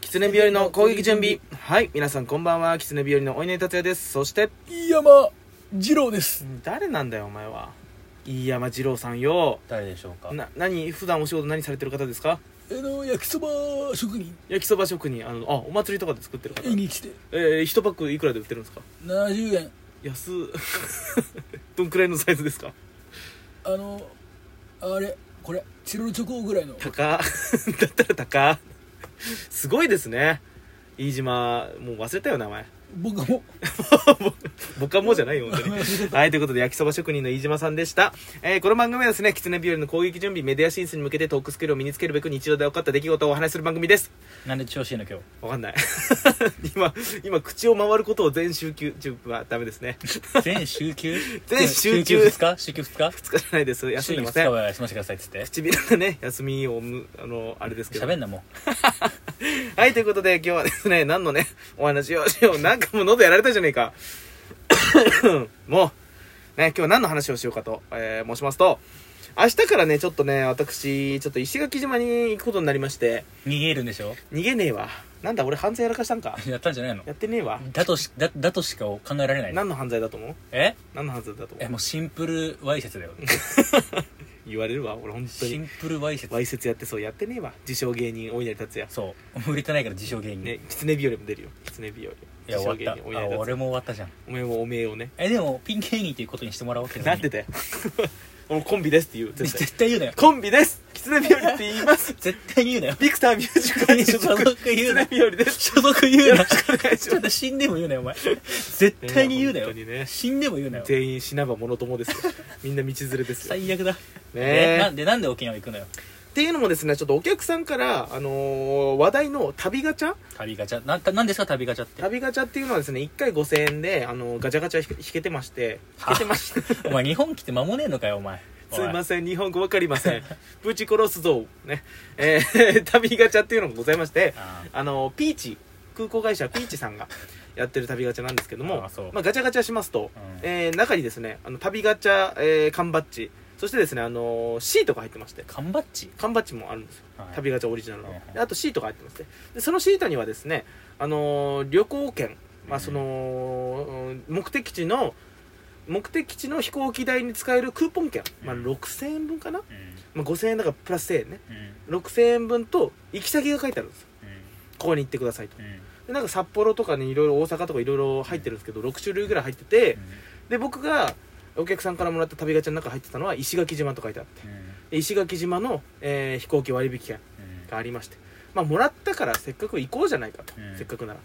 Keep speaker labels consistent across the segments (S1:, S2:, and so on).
S1: 狐日和の攻撃準備はい皆さんこんばんは狐日和のお稲荷達也ですそして
S2: 山二郎です
S1: 誰なんだよお前は飯山二郎さんよ
S3: 誰でしょうか
S1: な何普段お仕事何されてる方ですか
S2: あの焼きそば職人
S1: 焼きそば職人あのあお祭りとかで作ってる方
S2: 縁日で
S1: えー、一パックいくらで売ってるんですか
S2: 70円
S1: 安 どんくらいのサイズですか
S2: あのあれこれチロルチョコぐらいの
S1: 高 だったら高すごいですね飯島もう忘れたよ名前
S2: 僕も
S1: 僕はもうじゃないよ、本当に。はい、ということで、焼きそば職人の飯島さんでした。えーこの番組はですね、狐日和の攻撃準備、メディア進出に向けてトークスキルを身につけるべく日常で起こった出来事をお話しする番組です。
S3: なんで調子いいの今日
S1: わかんない。今、今、口を回ることを全週休、ちゅはダメですね。
S3: 全 週休
S1: 全週休
S3: 2日週休2日
S1: 疲れないです。休ん
S3: 週
S1: で
S3: に
S1: ま
S3: 2
S1: せ
S3: 日
S1: ん。
S3: は休ませてくださいっつって
S1: 唇がね、休みをむ、あの、あれですけど。
S3: 喋んなも
S1: はい、ということで、今日はですね、何のね、お話をしよう。なんかもう喉やられたじゃねえか。 もう、ね、今日は何の話をしようかと、えー申しますと、明日からね、ちょっとね、私、ちょっと石垣島に行くことになりまして、
S3: う逃げるんでしょ
S1: 逃げねえわ。なんだ、俺犯罪やらかしたんか。
S3: やったんじゃないの
S1: やってねえわ。
S3: だとしだだとしか考えられない
S1: 何の犯罪だと思う
S3: え
S1: 何の犯罪だと思
S3: え
S1: う
S3: もうシンプルわいせつだよ
S1: 言われるわ、俺本当
S3: シ
S1: に。
S3: ンプルわいせつ
S1: わいせつやってそう、やってねえわ。自称芸人、お稲荷達也。
S3: そう売れてないから自称芸人、
S1: ね、狐日和も出るよ。狐日和。
S3: いや終わっ
S1: 自称芸人お
S3: たあ
S1: 稲荷達
S3: 俺
S1: 也。
S3: も終わったじゃん
S1: おめえもおめえをね。
S3: えでもピン芸人っていうことにしてもらおうけど
S1: なんでだよ 俺コンビですって言う絶対
S3: 絶対言うなよ
S1: コンビです狐日和って言います
S3: 絶対言うなよ
S1: ビクターミュージックアイ所
S3: 所
S1: 属
S3: 属言うな
S1: 狐日和です
S3: 所属言うな
S1: お願いし
S3: ちょ
S1: ま
S3: っと死んでも言うなよお前絶対に言うな
S1: い
S3: よ、
S1: や本当にね
S3: 死んでも言うなよ
S1: す 全員死なば者ともですよ みんな道連れですよね
S3: 最悪だ、でな
S1: え
S3: んでなんで沖縄行くのよ
S1: っていうのもですねちょっとお客さんから、あのー話題の旅ガチャ
S3: 旅ガチャなたなんですか旅ガチャって
S1: 旅ガチャっていうのはですね1回5000円で、あのーガチャガチャ引け引けてまして引けてま して
S3: お前日本来て守ねえのかよお前
S1: すいま
S3: せ
S1: せん日本語わかりませんぶち殺すぞねえー 旅ガチャっていうのがございまして
S3: あ
S1: あのピーチ空港会社ピーチさんがやってる旅ガチャなんですけども
S3: あーそう
S1: まあ、ガチャガチャしますと、
S3: うん
S1: えー中にですねあの旅ガチャ、えー缶バッジそしてですね、あのーシートが入ってまして
S3: 缶バッジ
S1: 缶バッジもあるんですよ、
S3: はい
S1: 旅ガチャオリジナルの、
S3: はいはい
S1: であとシートが入ってましてでそのシートにはですね、あのー旅行券、まあ、その、うん目的地の目的地の飛行機代に使えるクーポン券、まあ、
S3: うん
S1: 6000円分かな、
S3: うん
S1: まあ、5000円だからプラス1000円ね
S3: うん
S1: 6000円分と行き先が書いてあるんですよここに行ってくださいと
S3: うんうん
S1: でなんか札幌とかにいろいろ大阪とかいろいろ入ってるんですけど6種類ぐらい入っててで僕がお客さんからもらった旅ガチャの中入ってたのは石垣島と書いてあって
S3: うん
S1: で石垣島の、えー飛行機割引券
S3: うん
S1: がありましてまあもらったからせっかく行こうじゃないかと、
S3: うん
S1: せっかくなら
S3: う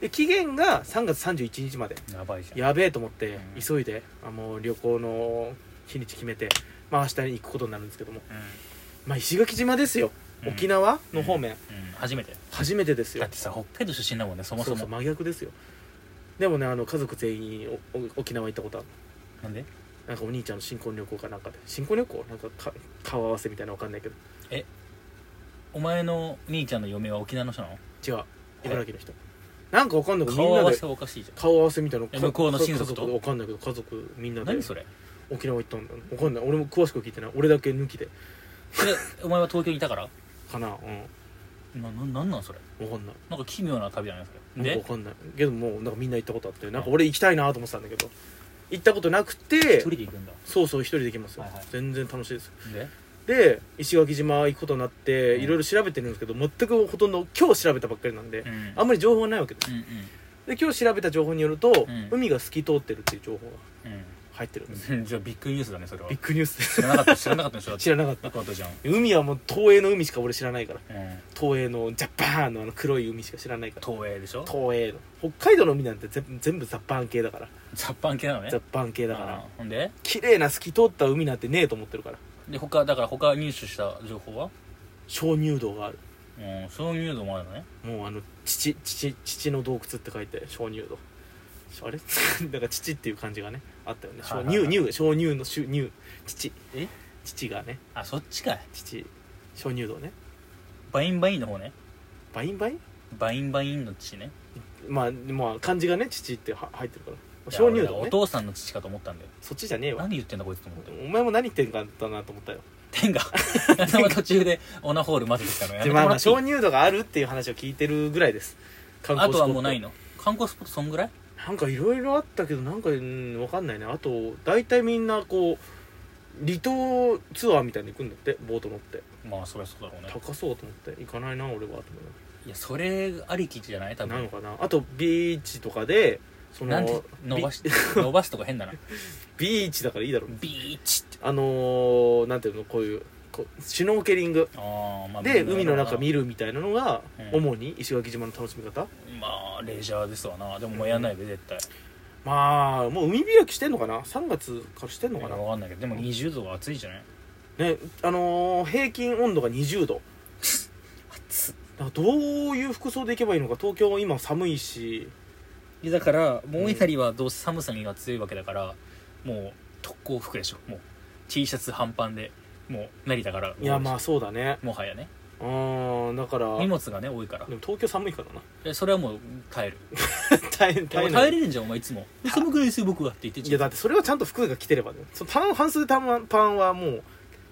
S1: で期限が3月31日まで
S3: んやばいじゃん
S1: やべえと思って
S3: うん
S1: 急いで、あもう旅行の日にち決めてまあ明日に行くことになるんですけどもまあ石垣島ですよ
S3: うん
S1: 沖縄の方面、
S3: うんうん初めて
S1: 初めてですよ
S3: だってさ北海道出身だもんねそもそも
S1: うう真逆ですよでもねあの家族全員おお沖縄行ったことある
S3: なんで
S1: なんかお兄ちゃんの新婚旅行かなんかで新婚旅行なんかか顔合わせみたいなのわかんないけど
S3: お前の兄ちゃんの嫁は沖縄の人なの
S1: 違う茨城の人なんかわかんないけどみん
S3: 顔合
S1: な
S3: わ
S1: で
S3: せおかしいじゃ
S1: 顔合わせみたいな
S3: え向こうの親族と
S1: 家わかんないけど家族みんなんで
S3: 何それ
S1: 沖縄行ったんだよわかんない俺も詳しく聞いてない俺だけ抜きで
S3: それお前は東京にいたから
S1: かなう
S3: なななんなんそれ
S1: んわかんない
S3: なんか奇妙な旅だねそれ
S1: なんか
S3: で
S1: わかんないけどもうなんかみんな行ったことあってなんか俺行きたいなと思ってたんだけど行ったことなく
S3: 一
S1: て
S3: 人で行くんだ
S1: そうそう一人で行きますよ、
S3: はいはい
S1: 全然楽しいです
S3: で
S1: で石垣島行くことになって
S3: うん
S1: いろいろ調べてるんですけど全くほとんど今日調べたばっかりなんで、
S3: うん
S1: あんまり情報がないわけです
S3: うん
S1: で今日調べた情報によると、
S3: うん
S1: 海が透き通ってるっていう情報が
S3: うん
S1: 入ってるんです、
S3: うん じゃあビッグニュースだねそれは
S1: ビッグニュースで
S3: 知
S1: す
S3: らなかった知らなかったでしょだっ て
S1: 知らなかった
S3: なかったじゃん
S1: 海はもう東映の海しか俺知らないから
S3: うん
S1: 東映のジャパーンのあの黒い海しか知らないから
S3: 東映でしょ
S1: 東映の北海道の海なんて全部全部ザッパン系だから
S3: 雑版系なのね
S1: ザッパン系だか
S3: うん
S1: ら
S3: ほんで
S1: 綺麗な透き通った海なんてねえと思ってるから
S3: で他だから他入手した情報は
S1: 鍾乳洞がある
S3: うんそういうのもあるのね
S1: もうあの父父父の洞窟って書いて鍾乳洞あれ だから父っていう漢字がねあったよね
S3: はい
S1: 鍾
S3: はいはい
S1: 乳乳鍾乳の鍾乳父
S3: え
S1: 父がね
S3: あそっちかい
S1: 父鍾乳洞ね
S3: バインバインの方ね
S1: バインバイン
S3: バインバインの父ね
S1: まあまあ漢字がね父っては入ってるから
S3: いや
S1: 鍾乳
S3: 俺
S1: 洞
S3: お
S1: ね
S3: 父さんの父かと思ったんだよ
S1: そっちじゃねえわ
S3: 何言ってんだこいつと思って
S1: お前も何言ってんかだなと思ったよ
S3: 天が頭の途中でオナホール混ぜてきたのやめ
S1: で
S3: て
S1: まあ
S3: も
S1: ま
S3: ら
S1: あ
S3: っていい
S1: 鍾乳度があるっていう話を聞いてるぐらいです観
S3: あ
S1: 光スポ
S3: と
S1: ット
S3: はもうないの観光スポットそんぐらい
S1: なんかいろいろあったけどなんか、うん、わかんないねあと大体みんなこう離島ツアーみたいに行くんだってボート乗って
S3: まあそりゃそうだろうね
S1: 高そうと思って行かないな俺はと思っ
S3: いやそれありきじゃない多
S1: てなのか
S3: 分
S1: なあとビーチとかでその
S3: なんで伸ばし 伸ばすとか変だな
S1: ビビーチだからいいだろう
S3: ビーチって
S1: あのー、なんていうのこういうこうシュノーケリング
S3: ああまあ
S1: で海の中見るみたいなのが
S3: うん
S1: 主に石垣島の楽しみ方
S3: まあレジャーですわなでももうやんないで絶対
S1: まあもう海開きしてんのかな3月からしてんの
S3: 分
S1: かな
S3: かんないけどでも20度は暑いじゃない
S1: ねあのー平均温度が20度
S3: 暑
S1: だからどういう服装で行けばいいのか東京は今寒いし
S3: いだからもういなりはどうせ寒さには強いわけだからもう特攻服でしょもう T シャツ半パンでもう成田から
S1: いやまあそうだね
S3: もはやね
S1: うーんだから
S3: 荷
S1: でも
S3: 物がね多いから
S1: 東京寒いからな
S3: えそれはもう耐える
S1: 大変大
S3: 耐え
S1: 変
S3: れるんじゃんお前いつも「そのぐらいですよ僕は」って言って
S1: いやだってそれはちゃんと服が着てればねそのパン半数パンパンはもう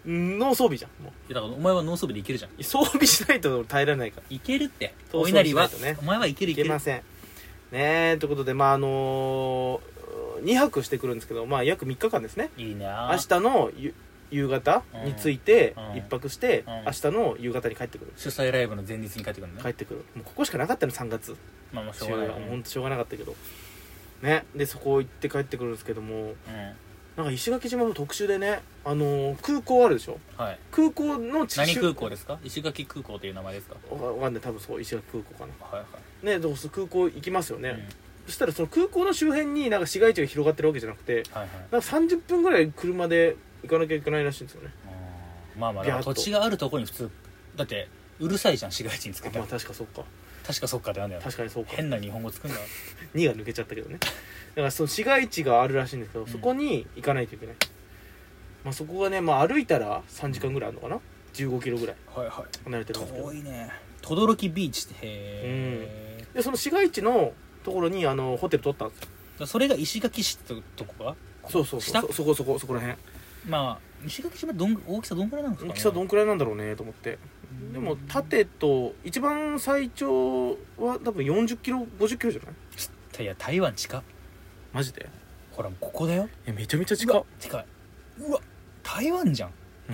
S1: ノー装備じゃんも
S3: いやだからお前はノースビでいけるじゃん
S1: う装備しないと耐えられないから
S3: いけるって
S1: そう
S3: お稲荷は
S1: そうしないとね
S3: お前はいけるい
S1: い
S3: け
S1: け
S3: る
S1: ませんねえということでまああのー、2泊してくるんですけどまあ約3日間ですね
S3: いいな
S1: 明日のゆ夕方について
S3: うんうん
S1: 1泊して
S3: うん
S1: 明日の夕方に帰ってくる
S3: 主催ライブの前日に帰ってくるの
S1: 帰
S3: ね
S1: ってくるもうここしかなかったの3月
S3: まあまあし
S1: し
S3: ょう
S1: ょう
S3: が
S1: がな
S3: な
S1: いい
S3: よ
S1: ほんとしょうがなかったけどねでそこ行って帰ってくるんですけども
S3: うん
S1: なんか石垣島も特殊でねあのー空港あるでしょ
S3: はい
S1: 空港の地
S3: 何
S1: 州
S3: 空港ですか石垣空港という名前ですか
S1: わわかんない多分そう石垣空港かな
S3: はいは
S1: ねどうす空港行きますよね、
S3: い、うん
S1: そしたらその空港の周辺になんか市街地が広がってるわけじゃなくて
S3: はいはい
S1: なんか30分ぐらい車で行かなきゃいけないらしいんですよね
S3: うんまあまあだから
S1: ビャーっ
S3: 土
S1: と
S3: 地があるとこに普通だってうるさいじゃん市街地に作っ
S1: あ
S3: た
S1: まあ
S3: ら
S1: 確かそうか
S3: 確かそっかってなんだよ
S1: 確かにそうか
S3: 変な日本語作るんだ
S1: 2が抜けちゃったけどねだからその市街地があるらしいんですけど、
S3: ん
S1: そこに行かないといけない、まあ、そこがね、まあ、歩いたら3時間ぐらいあるのかな1 5キロぐらい
S3: はいはい
S1: 離れてるんですけど
S3: 遠いね轟ビーチってへえ、
S1: でその市街地のところにあのホテル取ったんですよ
S3: だからそれが石垣市ってとこか
S1: そうそう
S3: 下
S1: そうそこそこそこら辺
S3: まあ石垣島どん大きさどんぐらいなんですか、ね、
S1: 大きさどんくらいなんだろうねと思ってでも縦と一番最長は多分4 0キロ5 0キロじゃない
S3: いや台湾近っ
S1: マジで
S3: ほらもうここだよ
S1: いやめちゃめちゃ近っも
S3: 近いうわ台湾じゃん
S1: う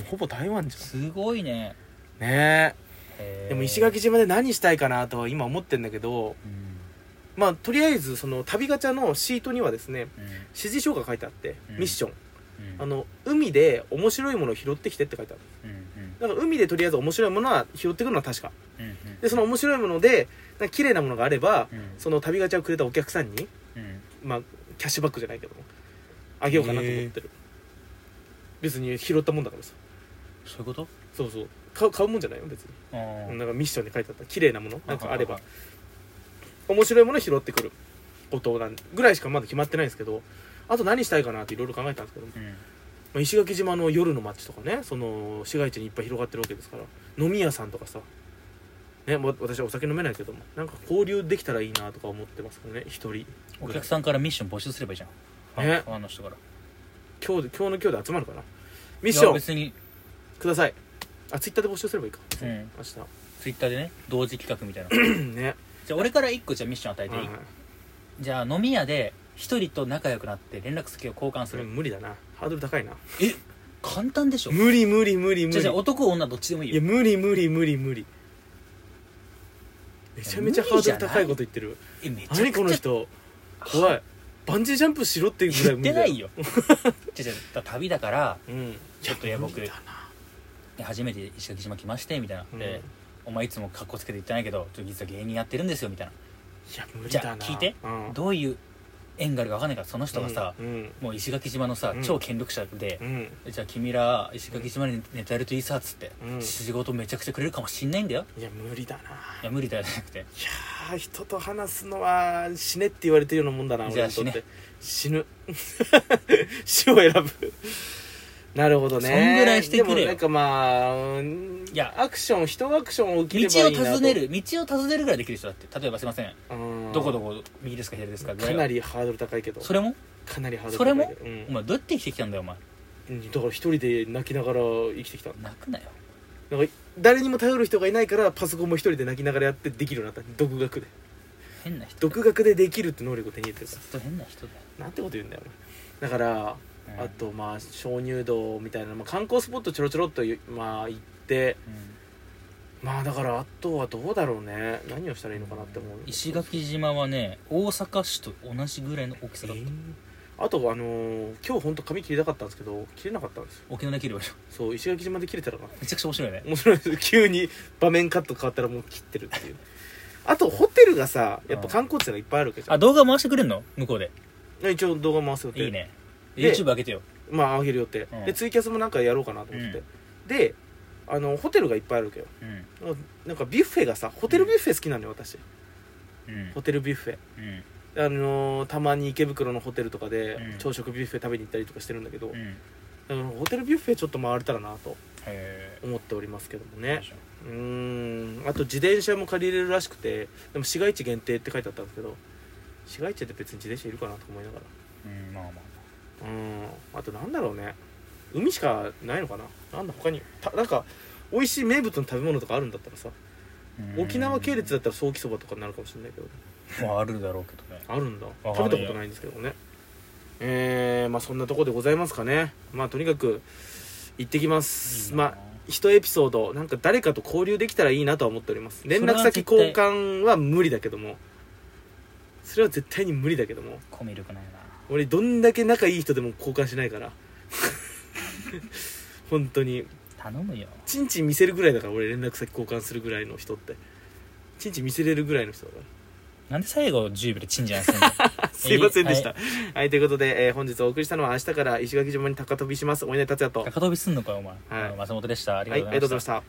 S1: ほぼ台湾じ
S3: すごいね
S1: ゃんね
S3: へ
S1: え
S3: ー
S1: でも石垣島で何したいかなとは今思ってんだけど
S3: うん
S1: まあとりあえずその旅ガチャのシートにはですね
S3: うん
S1: 指示書が書いてあって、
S3: うん
S1: ミッション
S3: うん
S1: あの海で面白いものを拾ってきてって書いてある
S3: うん
S1: だから海でとりあえず面白いものは拾ってくるのは確か
S3: うんうん
S1: でその面白いものでなんか綺麗なものがあれば、
S3: うん
S1: その旅ガチャをくれたお客さんに
S3: うん
S1: まあキャッシュバックじゃないけどあげようかなと思ってる、別に拾ったもんだからさ
S3: そういうこと
S1: そうそう買う買うもんじゃないよ別に、
S3: あー
S1: なんかミッションに書いてあった綺麗なものなんかあれば
S3: はい
S1: 面白いもの拾ってくることなんぐらいしかまだ決まってないんですけどあと何したいかなっていろいろ考えたんですけど、ま
S3: うん
S1: あ、石垣島の夜の街とかねその市街地にいっぱい広がってるわけですから飲み屋さんとかさね、わ私はお酒飲めないけどもなんか交流できたらいいなとか思ってますけどね一人
S3: お客さんからミッション募集すればいいじゃんファン
S1: ね
S3: ファンの人から
S1: 今日で今日の今日で集まるかなミ
S3: ミ
S1: ッション
S3: 別に
S1: くださいあツイッターで募集すればいいか、
S3: うん
S1: 明日
S3: ツイッターでね同時企画みたいな
S1: うん ね、
S3: じゃあ俺から1個じゃあミッション与えていい
S1: は
S3: じゃあ飲み屋で1人と仲良くなって連絡先を交換す
S1: い、
S3: る
S1: 無理だなハードル高いな
S3: え簡単でしょ
S1: 無理無理無理無
S3: じゃ
S1: 理
S3: あじゃあ男女どっちでもいい
S1: いや
S3: よ
S1: 無理無理無理無理めちゃめちゃハードル高いこと言ってる
S3: えめちゃ
S1: 何この
S3: くちゃ
S1: 人怖いバンジージャンプしろっていうぐらい
S3: 言っ
S1: 無理
S3: て
S1: だ
S3: ないよ じゃあじゃあだ旅だから
S1: うん
S3: ちょっといや僕
S1: 無理だな
S3: 初めて石垣島来ましてみたいな、
S1: うん
S3: でお前いつもかっこつけて言ってないけどちょっと実は芸人やってるんですよみたい
S1: いや無理
S3: じゃあ
S1: だな
S3: 聞いて
S1: うん
S3: などういう縁があるか分かんないからその人がさ、
S1: うん
S3: もう石垣島のさ、
S1: うん
S3: 超権力者で
S1: う、ん
S3: じゃあ君ら石垣島にネタやるといいさっつって、
S1: うん
S3: 仕事めちゃくちゃくれるかもしんないんだよ
S1: いや無理だない
S3: や無理だよ じゃなくて
S1: いやー人と話すのは死ねって言われてるようなもんだな
S3: じゃあ
S1: 俺にとって死ぬ 死を選ぶなるほどね
S3: そんぐらいしてくれよ
S1: でもなんかまあ、うん
S3: いや
S1: アクション人アクションを受ければ
S3: 道を
S1: いいなと
S3: 尋ねる道を尋ねるぐらいできる人だって例えばすいません、
S1: うん
S3: どこどこ右ですか左ですかぐら
S1: か
S3: い
S1: な
S3: は
S1: りハードル高いけど
S3: それも
S1: かなりハード
S3: そ
S1: ル
S3: れ
S1: 高い
S3: も
S1: けど、うん
S3: お前どうやって生きてきたんだよお前
S1: うんだから一人で泣きながら生きてきた
S3: 泣くなよ
S1: なんか誰にも頼る人がいないからパソコンも一人で泣きながらやってできるようになった独学で
S3: 変な人だ
S1: 独学でできるって能力を手に入れてる
S3: ず
S1: か
S3: っと変な人だよ
S1: らなんてこと言うんだよ俺だから
S3: うん
S1: あとまあ鍾乳洞みたいな、まあ、観光スポットちょろちょろっといまあ行って
S3: うん
S1: まあだからあとはどうだろうね何をしたらいいのかなって思う
S3: 石垣島はね大阪市と同じぐらいの大きさだっ
S1: え
S3: た、
S1: ーあとあのー今日本当髪切りたかったんですけど切れなかったんですよ
S3: 沖縄で切る場所
S1: そう石垣島で切れたらな
S3: めちゃくちゃ面白いね
S1: 面白い です急に場面カット変わったらもう切ってるっていうあとホテルがさやっぱ観光地がいっぱいあるわけじゃ
S3: あ
S1: ん
S3: 動画回してくれんの向こうで
S1: 一応動画回す予定
S3: いいね
S1: で
S3: YouTube 開けてよ
S1: まあ上げる予定、
S3: うん
S1: でツイキャスもなんかやろうかなと思って、
S3: う
S1: であのホテルがいっぱいあるわけよ
S3: うん
S1: なんかビュッフェがさホテルビュッフェ好きなのよ私
S3: うん
S1: ホテルビュッフェ
S3: うん
S1: あのーたまに池袋のホテルとかで
S3: うん
S1: 朝食ビュッフェ食べに行ったりとかしてるんだけど、
S3: うんへ
S1: だからホテルビュッフェちょっと回れたらなと
S3: え
S1: 思っておりますけどもねうーんあと自転車も借りれるらしくてでも市街地限定って書いてあったんですけど市街地って別に自転車いるかなとか思いながら
S3: うんまあまあ
S1: うーんあとなんだろうね海しかないのかななんだ他にたなんか美味しい名物の食べ物とかあるんだったらさ
S3: うん
S1: 沖縄系列だったらソーキそばとかになるかもしれないけど
S3: まああるだろうけどね
S1: あるんだ
S3: わかんな
S1: 食
S3: い
S1: べたことないんですけどねえー、まあそんなとこでございますかねまあとにかく行ってきます
S3: いい
S1: ま
S3: な
S1: あ一エピソードなんか誰かと交流できたらいいなとは思っております連絡先
S3: それ
S1: 交
S3: は絶対
S1: 換は無理だけどもそれは絶対に無理だけども
S3: コミュ力ない
S1: 俺どんだけ仲いい人でも交換しないから 本当に
S3: な頼むよ
S1: チンチン見せるぐらいだから俺連絡先交換するぐらいの人ってチンチン見せれるぐらいの人だから
S3: なんで最後10秒でチンじゃなくて
S1: すいませんでした。はい、ということで、えー本日お送りしたのは明日から石垣島に高飛びします。お稲荷達也と。はい、
S3: 高飛びすんのかよお前、
S1: はい
S3: あの松本でしたあ
S1: あ
S3: り
S1: り
S3: が
S1: が
S3: と
S1: と
S3: う
S1: う
S3: ご
S1: ござい
S3: ざいま
S1: ま
S3: し
S1: したた。